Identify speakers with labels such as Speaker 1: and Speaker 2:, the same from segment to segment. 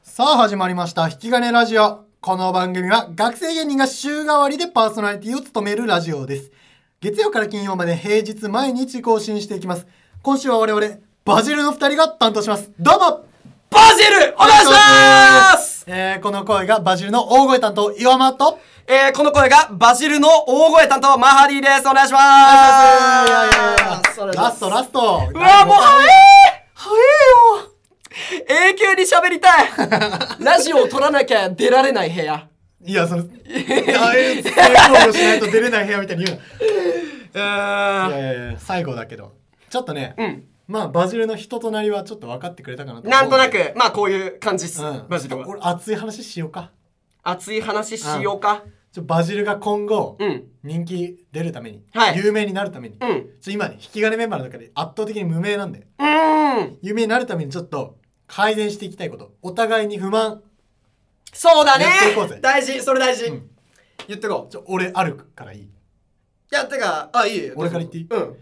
Speaker 1: さあ始まりました引き金ラジオこの番組は学生芸人が週替わりでパーソナリティを務めるラジオです月曜から金曜まで平日毎日更新していきます今週は我々バジルの2人が担当しますどうも
Speaker 2: バジルお願いします
Speaker 1: えー、この声がバジルの大声担当岩間と
Speaker 2: えー、この声がバジルの大声担当マハリーですお願いしま
Speaker 1: いやいやいや
Speaker 2: す
Speaker 1: ラストラスト
Speaker 2: うわもう早え早えよ永久に喋りたい ラジオを撮らなきゃ出られない部屋
Speaker 1: いやそのいやえーそういう考慮しないと出れない部屋みたいに言うな
Speaker 2: うー
Speaker 1: い
Speaker 2: ん
Speaker 1: やいやいや最後だけどちょっとね、
Speaker 2: うん
Speaker 1: まあバジルの人となりはちょっと分かってくれたかなと思う
Speaker 2: なんとな
Speaker 1: で、
Speaker 2: くまあこういう感じっす、
Speaker 1: うん、
Speaker 2: バジルは
Speaker 1: 俺熱い話しようか
Speaker 2: 熱い話しようか
Speaker 1: ちょバジルが今後、
Speaker 2: うん
Speaker 1: 人気出るために、
Speaker 2: はい
Speaker 1: 有名になるために、
Speaker 2: うん
Speaker 1: ちょ今ね引き金メンバーの中で圧倒的に無名なんで
Speaker 2: うーん
Speaker 1: 有名になるためにちょっと改善していきたいことお互いに不満
Speaker 2: そうだね
Speaker 1: やっていこうぜ
Speaker 2: 大事それ大事、
Speaker 1: うん
Speaker 2: 言ってこう
Speaker 1: ちょ俺あるからいい
Speaker 2: いやてかあいいよ
Speaker 1: 俺から言っていい
Speaker 2: うん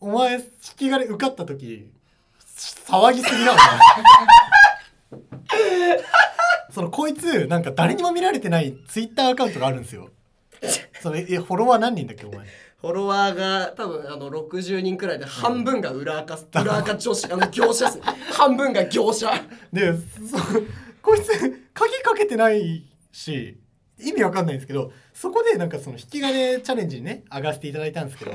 Speaker 1: お前引き金受かった時騒ぎすぎなのそのこいつなんか誰にも見られてないツイッターアカウントがあるんですよそのえフォロワー何人だっけお前
Speaker 2: フォロワーが多分あの60人くらいで半分が裏垢、裏垢女子あの業者ですね 半分が業者
Speaker 1: でそこいつ鍵かけてないし意味わかんないんですけどそこでなんかその引き金チャレンジにね上がせていただいたんですけど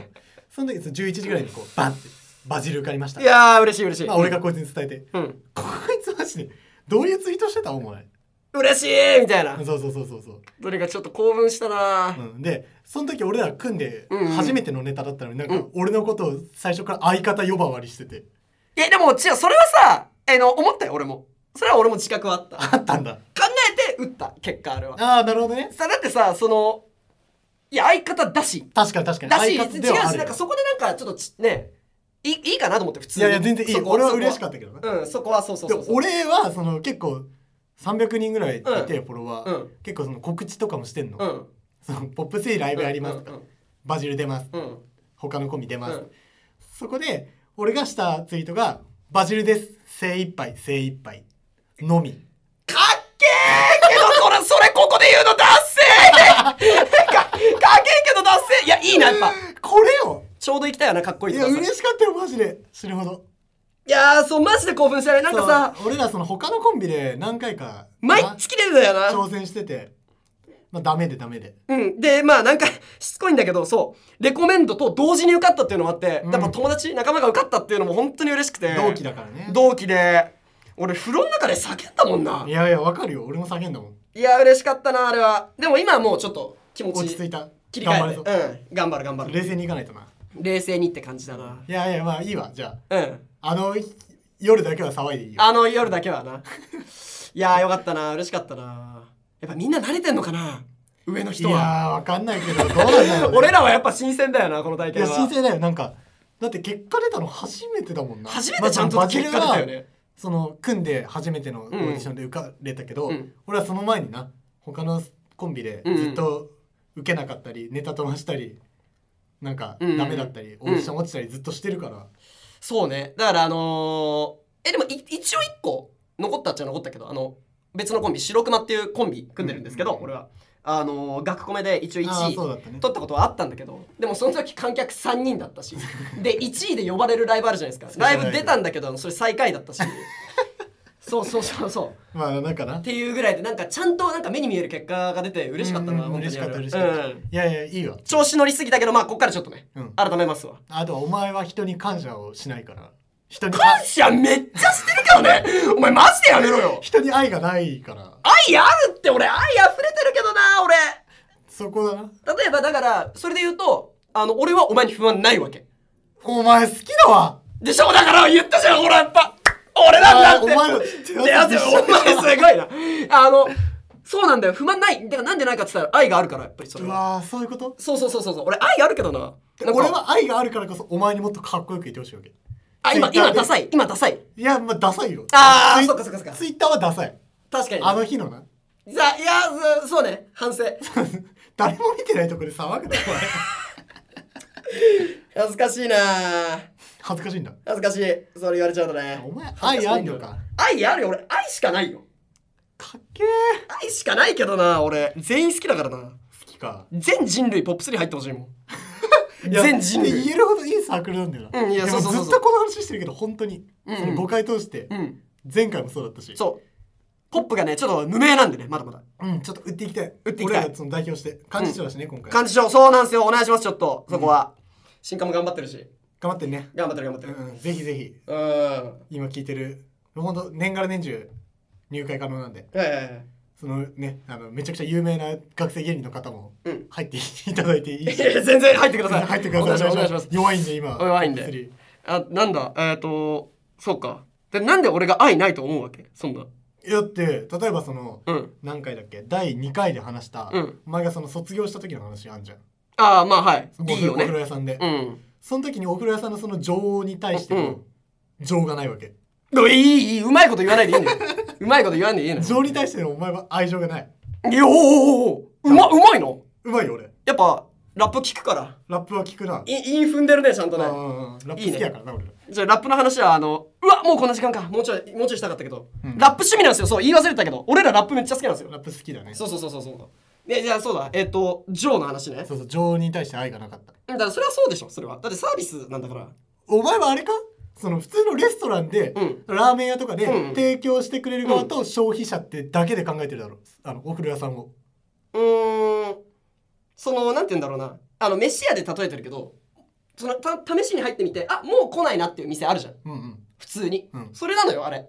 Speaker 1: その時その11時ぐらいにこうバンってバジル受かりました
Speaker 2: いやー嬉しい嬉しい、
Speaker 1: まあ、俺がこいつに伝えて
Speaker 2: うん
Speaker 1: こいつマジでどういうツイートしてたお前
Speaker 2: 嬉しいみたいな
Speaker 1: そうそうそうそうそう
Speaker 2: どれかちょっと興奮したなー、
Speaker 1: うん、でその時俺ら組んで
Speaker 2: うんうん
Speaker 1: 初めてのネタだったのになん
Speaker 2: う
Speaker 1: か
Speaker 2: ん
Speaker 1: 俺のことを最初から相方呼ばわりしてて
Speaker 2: えでも違うそれはさあの思ったよ俺もそれは俺も自覚はあった考
Speaker 1: あったんだ
Speaker 2: えて打った結果あれは
Speaker 1: ああなるほどね
Speaker 2: さだってさそのいや相方だし
Speaker 1: 確かに確かに
Speaker 2: だし違
Speaker 1: 相
Speaker 2: う
Speaker 1: 方
Speaker 2: し
Speaker 1: ではある
Speaker 2: なんかそこでなんかちょっとちねいいいいかなと思って普通
Speaker 1: いや
Speaker 2: に
Speaker 1: いや全然いい
Speaker 2: そこ
Speaker 1: 俺は嬉しか
Speaker 2: っ
Speaker 1: ったけどね、
Speaker 2: たうんそこはそうそう
Speaker 1: で
Speaker 2: そうそう
Speaker 1: 俺はその結構300人ぐらいいて、フォロワー、
Speaker 2: うん
Speaker 1: 結構その告知とかもしてんの,、
Speaker 2: うん
Speaker 1: そのポップスイライブやりますとか、
Speaker 2: うん
Speaker 1: バジル出ます
Speaker 2: うんうん
Speaker 1: 他のコミ出ます、
Speaker 2: うん
Speaker 1: そこで俺がしたツイートが「バジルです精一杯精一杯のみ」
Speaker 2: かっけーけどそれそれここで言うのダッセー かかっけーけどダッセーいやいいなやっぱ
Speaker 1: これよ
Speaker 2: ちょうど行きたいよなかっこいい
Speaker 1: い
Speaker 2: と
Speaker 1: や
Speaker 2: かさ
Speaker 1: 嬉しかったよマジで死ぬほど
Speaker 2: いやーそうマジで興奮したねなんかさ
Speaker 1: そう俺らその他のコンビで何回か
Speaker 2: 毎
Speaker 1: な
Speaker 2: 月出てたよな
Speaker 1: 挑戦しててまあダメでダメで
Speaker 2: うん、でまあなんかしつこいんだけどそうレコメンドと同時に受かったっていうのもあって、
Speaker 1: うん
Speaker 2: やっぱ友達仲間が受かったっていうのも本当に嬉しくて
Speaker 1: 同期だからね
Speaker 2: 同期で俺風呂の中で叫んだもんない
Speaker 1: やいやわかるよ俺も叫んだもん
Speaker 2: いや嬉しかったなあれはでも今はもうちょっと気持ち
Speaker 1: 落ち着いた
Speaker 2: 切り
Speaker 1: 頑
Speaker 2: 替
Speaker 1: 張
Speaker 2: え
Speaker 1: れ
Speaker 2: て
Speaker 1: ぞ
Speaker 2: うん頑張る頑張る
Speaker 1: 冷静にいかないとな
Speaker 2: 冷静にって感じだない
Speaker 1: やいやまあいいわじゃ
Speaker 2: うん
Speaker 1: ああの夜だけは騒いでいいよ
Speaker 2: あの夜だけはないやーよかったな嬉しかったなやっぱみんな慣れてんのかな上の
Speaker 1: い
Speaker 2: 人
Speaker 1: や
Speaker 2: は
Speaker 1: ーわかんないけどどうなんだろうね、
Speaker 2: 俺らはやっぱ新鮮だよなこの大
Speaker 1: い
Speaker 2: 会
Speaker 1: や
Speaker 2: は
Speaker 1: 新鮮だよなんかだって結果出たの初めてだもんな
Speaker 2: 初めてちゃんと結果出たよね、
Speaker 1: その組んで初めてのオーディションで受かれたけど、
Speaker 2: うん
Speaker 1: 俺はその前にな他のコンビでずっと受けなかったり、ネタ飛ばしたりなんか
Speaker 2: うん
Speaker 1: ダメだったり、オーディション落ちたりずっとしてるから、
Speaker 2: そうねだからあのーえでもい一応一個残ったっちゃ残ったけどあの別のコンビ白熊っていうコンビ組んでるんですけど、
Speaker 1: うん
Speaker 2: 俺はあのー、学コメで一応
Speaker 1: ああ
Speaker 2: 1位
Speaker 1: そうだったね
Speaker 2: 取ったことはあったんだけどでもその時観客3人だったしで1位で呼ばれるライブあるじゃないですかライブ出たんだけどそれ最下位だったしそうそうそうそう
Speaker 1: まあなんかな
Speaker 2: っていうぐらいでなんかちゃんとなんか目に見える結果が出て嬉しかったな、
Speaker 1: うん
Speaker 2: 本当
Speaker 1: 嬉
Speaker 2: に
Speaker 1: し
Speaker 2: あ
Speaker 1: か
Speaker 2: れ
Speaker 1: った
Speaker 2: は
Speaker 1: 嬉しかった、
Speaker 2: う
Speaker 1: い
Speaker 2: ん
Speaker 1: やいやいいよ
Speaker 2: 調子乗りすぎたけどまあここからちょっとね、
Speaker 1: うん
Speaker 2: 改めますわ
Speaker 1: あとはお前は人に感謝をしないから人に
Speaker 2: 感謝めっちゃしてるからねお前マジでやめろよ
Speaker 1: 人に愛がないから
Speaker 2: 愛あるって俺愛溢れてるけどな俺
Speaker 1: そこだな
Speaker 2: 例えばだからそれで言うとあの俺はお前に不安ないわけ
Speaker 1: お前好きだわ
Speaker 2: でしょだから言ったじゃんほらやっぱ俺なんだって
Speaker 1: お前の
Speaker 2: いやでもお前すごいな あのそうなんだよ不満ないでなんでないかって言ったら愛があるからやっぱりそれ
Speaker 1: う
Speaker 2: は
Speaker 1: わーそういうこと
Speaker 2: そうそうそうそうそう俺愛あるけどななんか
Speaker 1: 俺は愛があるからこそお前にもっとかっこよく言ってほしいわけ
Speaker 2: あ今
Speaker 1: Twitter
Speaker 2: 今
Speaker 1: で
Speaker 2: ダサい今ダサい
Speaker 1: いやまあダサいよ
Speaker 2: あー
Speaker 1: ツイ
Speaker 2: そっかそっかそっか
Speaker 1: ツイッターはダサい
Speaker 2: 確かに
Speaker 1: あの日のな
Speaker 2: さいやそうそうね反省
Speaker 1: 誰も見てないとこで騒ぐなお前
Speaker 2: 恥ずかしいな
Speaker 1: 恥ずかしいんだ
Speaker 2: 恥ずかしいそれ言われちゃうとね
Speaker 1: お前愛あんのか
Speaker 2: 愛あるよ俺愛しかないよ
Speaker 1: かっけえ
Speaker 2: 愛しかないけどな俺全員好きだからな
Speaker 1: 好きか
Speaker 2: 全人類ポップ3入ってほしいもん
Speaker 1: いや
Speaker 2: 全人類
Speaker 1: って言えるほどいいサークルなんだよな、
Speaker 2: うんいや
Speaker 1: でも
Speaker 2: そうそうそう
Speaker 1: ずっとこの話してるけど本当に、
Speaker 2: うんうん
Speaker 1: その5回通して、
Speaker 2: うん
Speaker 1: 前回もそうだったし
Speaker 2: そうポップがねちょっと無名なんでねまだまだ
Speaker 1: うん、ちょっと売っていきたい
Speaker 2: 売っていきたい
Speaker 1: 俺らその代表して幹事長だしね、今回
Speaker 2: 幹事長そうなんですよお願いしますちょっとそこは、進化も頑張ってるし
Speaker 1: 頑張ってね
Speaker 2: 頑張ってる頑張ってる
Speaker 1: うん、ぜひぜひ
Speaker 2: うんは
Speaker 1: 今聞いてる本当年がら年中入会可能なんで
Speaker 2: いはいはい
Speaker 1: そのねあのめちゃくちゃ有名な学生芸人の方も
Speaker 2: うん
Speaker 1: 入っていただいていい
Speaker 2: いやいや 全然入ってください
Speaker 1: 入ってください
Speaker 2: お願いします
Speaker 1: 弱いんで今
Speaker 2: 弱いんで
Speaker 1: 物理
Speaker 2: あなんだえっ、とそうかでなんで俺が愛ないと思うわけそんな
Speaker 1: だって例えばその
Speaker 2: うん
Speaker 1: 何回だっけ第2回で話した、
Speaker 2: うん
Speaker 1: お前がその卒業した時の話あんじゃん
Speaker 2: ああまあはいいい
Speaker 1: お
Speaker 2: よ
Speaker 1: 風呂
Speaker 2: ね
Speaker 1: 屋さんで、
Speaker 2: うん
Speaker 1: その時にお風呂屋さんのその情に対して
Speaker 2: う
Speaker 1: の
Speaker 2: ん
Speaker 1: 情がないわけ
Speaker 2: でもいいいいうまいこと言わないでいい のようまいこと言わないでいいのよ
Speaker 1: 情に対してのお前は愛情がない
Speaker 2: いやおーおーおーうまうまいの
Speaker 1: うまいよ俺
Speaker 2: やっぱラップ聞くから
Speaker 1: ラップは聞くな
Speaker 2: インイン踏んでるねちゃんと
Speaker 1: うん
Speaker 2: ね
Speaker 1: うんうんラップ好きやからな俺ら
Speaker 2: じゃあラップの話はあのうわもうこんな時間かもうちょいもうちょいしたかったけど、
Speaker 1: うん
Speaker 2: ラップ趣味なんですよそう言い忘れてたけど俺らラップめっちゃ好きなんですよ
Speaker 1: ラップ好きだね
Speaker 2: そうそうそうそうそうねじゃあそうだえっ、とジョーの話ね
Speaker 1: そうそう情に対して愛がなかった
Speaker 2: だからそれはそうでしょそれはだってサービスなんだから
Speaker 1: お前はあれかその普通のレストランで、
Speaker 2: うん
Speaker 1: ラーメン屋とかで
Speaker 2: うん
Speaker 1: 提供してくれる側と消費者ってだけで考えてるだろうあのお風呂屋さんを
Speaker 2: うーんそのなんて言うんだろうなあの飯屋で例えてるけどそのた試しに入ってみてあもう来ないなっていう店あるじゃん
Speaker 1: うんうん
Speaker 2: 普通に、
Speaker 1: うん
Speaker 2: それなのよあれ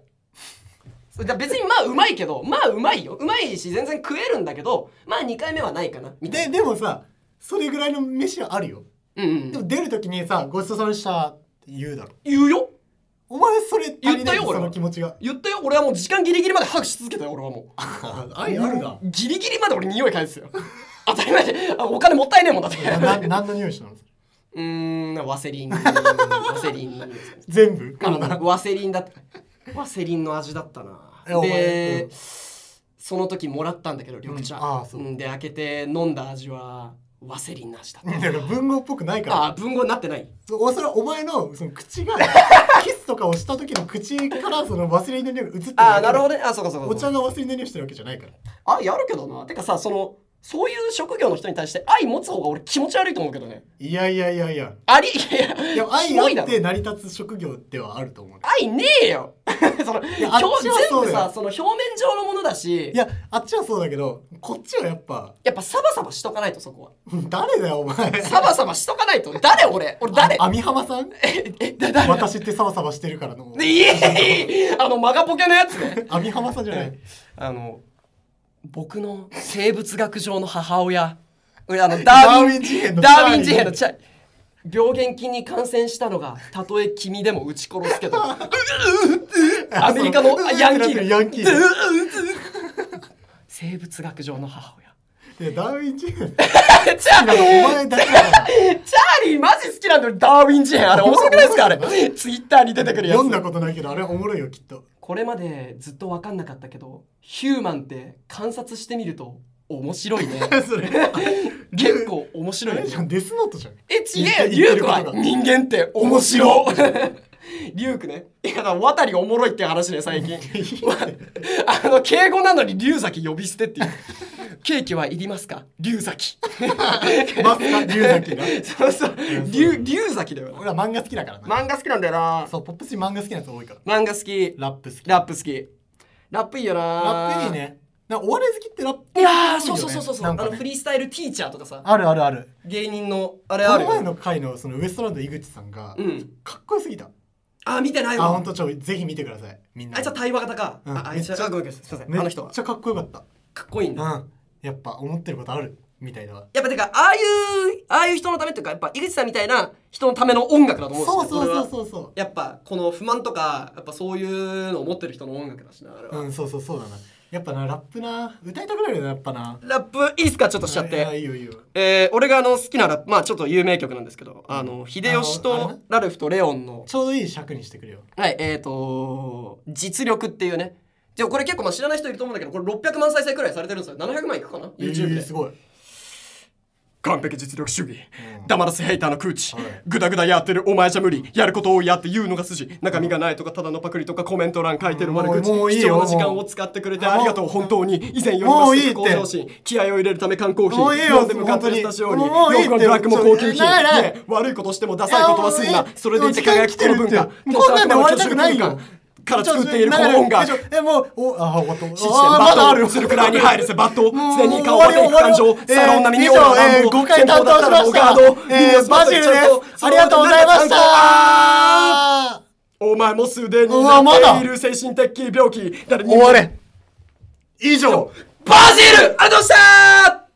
Speaker 2: それだから別にまあうまいけどまあうまいようまいし全然食えるんだけどまあ2回目はないかなみたい
Speaker 1: で
Speaker 2: な
Speaker 1: でもさそれぐらいの飯はあるよ
Speaker 2: うんうん
Speaker 1: でも出る時にさ「ごちそうさまでした」って言うだろ
Speaker 2: 言うよ
Speaker 1: お前それ足り
Speaker 2: 言っ
Speaker 1: な
Speaker 2: た
Speaker 1: い
Speaker 2: よ
Speaker 1: そ
Speaker 2: 俺は
Speaker 1: の気持ち が
Speaker 2: 言ったよ俺はもう時間ギリギリまで拍手続けたよ俺はもう
Speaker 1: 愛あるな
Speaker 2: ギリギリまで俺匂い返すよ 当たり前であお金もったいねえもんだって
Speaker 1: な何の匂いしたの
Speaker 2: うーんワセリンワセリンなんですよね
Speaker 1: 全部体
Speaker 2: うんワセリンだったワセリンの味だったな
Speaker 1: えお前
Speaker 2: で、
Speaker 1: うん
Speaker 2: その時もらったんだけど緑茶、
Speaker 1: うんああそう
Speaker 2: うんで開けて飲んだ味はワセリンの味だった
Speaker 1: だから文豪っぽくないから
Speaker 2: ああ文豪になってない
Speaker 1: そうそれはお前のその口 がキスとかをした時の口からそのワセリンの匂いが移ってる
Speaker 2: ああなるほどねあそうかそうか
Speaker 1: お茶がワセリンの匂いしてるわけじゃないから
Speaker 2: あやるけどなてかさそのそういう職業の人に対して愛持つ方が俺気持ち悪いと思うけどね
Speaker 1: いやいやいやいや
Speaker 2: ありいやい
Speaker 1: いや
Speaker 2: や
Speaker 1: 愛
Speaker 2: キモい
Speaker 1: あ
Speaker 2: だ
Speaker 1: っ
Speaker 2: ろ
Speaker 1: て成り立つ職業ではあると思う
Speaker 2: 愛ねえよ その
Speaker 1: やあっちは
Speaker 2: 表全
Speaker 1: そうだ
Speaker 2: 部
Speaker 1: よ
Speaker 2: さその表面上のものだし
Speaker 1: いやあっちはそうだけどこっちはやっぱ
Speaker 2: やっぱサバサバしとかないとそこは
Speaker 1: うん誰だよお前
Speaker 2: サバサバしとかないと誰俺俺 誰
Speaker 1: あ網浜さん
Speaker 2: ええだ誰
Speaker 1: 私ってサバサバしてるからの
Speaker 2: でいえいえあのマガポケのやつね
Speaker 1: 網浜さんじゃない
Speaker 2: あの僕の生物学上の母親俺あのダーウ
Speaker 1: ダーウィ
Speaker 2: ィン
Speaker 1: ン事変の
Speaker 2: ダーウィン事変の
Speaker 1: チ
Speaker 2: チャイ病原菌に感染したのがたとえ君でも撃ち殺すけどアメリカの
Speaker 1: そう
Speaker 2: ヤンキーの
Speaker 1: ヤンキーの
Speaker 2: 生物学上の母親
Speaker 1: いやダーウィン事変
Speaker 2: チャ
Speaker 1: お前だけ だから
Speaker 2: チャーリーマジ好きなんだよダーウィン事変あれ面白くないですかあれツイッターに出てくるやつ
Speaker 1: 読んだことないけどあれおもろいよきっと
Speaker 2: これまでずっと分かんなかったけどヒューマンって観察してみると面白いね
Speaker 1: それ
Speaker 2: 結構面白
Speaker 1: あ
Speaker 2: いよ
Speaker 1: れ
Speaker 2: ね
Speaker 1: じゃんデスノートじゃん
Speaker 2: え、ちげ
Speaker 1: 言
Speaker 2: え
Speaker 1: って
Speaker 2: リュ
Speaker 1: る
Speaker 2: ウク
Speaker 1: ことが
Speaker 2: は人間って 面白リュウクね。いや、だから渡りがおもろいって話ね、最近。 わあの、敬語なのにリュウザキ呼び捨てっていう。ケーキはいりますかリュウザキ。
Speaker 1: マスカ龍崎が
Speaker 2: そうそう。リュウ、リュウザキだよ
Speaker 1: 俺は漫画好きだからな、
Speaker 2: な。漫画好きなんだよな。
Speaker 1: そうポップスに漫画好きなやつ多いから
Speaker 2: 漫画好き。
Speaker 1: ラップ好き
Speaker 2: ラップ好き。ラップいいよな。
Speaker 1: ラップいい。ねなんかお笑い好きってラップ
Speaker 2: いやー、
Speaker 1: いいよ
Speaker 2: そう
Speaker 1: ね
Speaker 2: そうそうそうそう、
Speaker 1: な
Speaker 2: あ
Speaker 1: んかね
Speaker 2: のフリースタイルティーチャーとかさ、
Speaker 1: あるあるある
Speaker 2: 芸人のあれ
Speaker 1: こ
Speaker 2: あ
Speaker 1: の
Speaker 2: るよ
Speaker 1: 前の回のそのウエストランド井口さんが、
Speaker 2: うん。
Speaker 1: かっこよすぎた
Speaker 2: あ、見てない
Speaker 1: あほ
Speaker 2: わ
Speaker 1: ん。とちょぜひ見てくださいみんな
Speaker 2: あいつは対話型か。
Speaker 1: うん
Speaker 2: ああいつは、
Speaker 1: めっちゃ
Speaker 2: あごめんなさい。すいませ
Speaker 1: め
Speaker 2: ん。あ
Speaker 1: っ
Speaker 2: の人は
Speaker 1: ち。ゃかっこよかった
Speaker 2: かっこいいんだ。
Speaker 1: うんやっぱ思ってることあるみたいな
Speaker 2: やっぱてかああいうああいう人のためっていうかやっぱ井口さんみたいな人のための音楽だと思うんですよ
Speaker 1: そうそう
Speaker 2: 俺
Speaker 1: そ
Speaker 2: は
Speaker 1: うそうそ
Speaker 2: やっぱこの不満とかやっぱそういうのを持ってる人の音楽だしなあれ
Speaker 1: う
Speaker 2: は、
Speaker 1: うんそうそうそうだなやっぱなラップな歌いたくなるよなやっぱな
Speaker 2: ラップいいっすかちょっとしちゃっ
Speaker 1: いや
Speaker 2: て、
Speaker 1: いいよいいよ
Speaker 2: えー俺があの好きなラップまあちょっと有名曲なんですけどあの秀吉
Speaker 1: あのあれ
Speaker 2: と
Speaker 1: ね
Speaker 2: ラルフとレオンの
Speaker 1: ちょうどいい尺にしてくれよ
Speaker 2: はいえー、と実力っていうねでもこれ結構まあ知らない人いると思うんだけどこれ600万再生くらいされてるんですよ700万いくかな YouTube で、
Speaker 1: えーすごい
Speaker 2: 完璧実力主義
Speaker 1: うん
Speaker 2: 黙らせヘイターの空知
Speaker 1: はい
Speaker 2: グダグダやってるお前じゃ無理やることをやって言うのが筋中身がないとかただのパクリとかコメント欄書いてる悪口
Speaker 1: もうもういい
Speaker 2: 貴
Speaker 1: よ
Speaker 2: 重な時間を使ってくれて
Speaker 1: もう
Speaker 2: ありがとう本当に以前より
Speaker 1: も
Speaker 2: も
Speaker 1: ういいっ
Speaker 2: して向上心気合を入れるため缶コーヒ
Speaker 1: もういい
Speaker 2: ー
Speaker 1: よ
Speaker 2: 飲んで向かってるスタジオに
Speaker 1: もういいって
Speaker 2: ロックドラッグも高級品
Speaker 1: ないない
Speaker 2: ねえ悪いことしてもダサいことはすん
Speaker 1: いや
Speaker 2: な
Speaker 1: もういい
Speaker 2: それで一輝きこの文化
Speaker 1: もうこんなんで終わりたくないよ
Speaker 2: から作っているこの音が
Speaker 1: えもうおあ終わった
Speaker 2: 七点バトルするくらいに入 るせバット
Speaker 1: もう
Speaker 2: 常に顔を当ていく感
Speaker 1: 終
Speaker 2: 情
Speaker 1: わり終わり
Speaker 2: サロン並みに
Speaker 1: えー
Speaker 2: オーラ
Speaker 1: えー
Speaker 2: ー
Speaker 1: 誤解担当しましたえーバジルですありがとうございました
Speaker 2: お前もすでに
Speaker 1: うわま
Speaker 2: なっ
Speaker 1: だ
Speaker 2: ている精神的病気誰に
Speaker 1: 終
Speaker 2: も
Speaker 1: われ以上
Speaker 2: バジルありがとうございました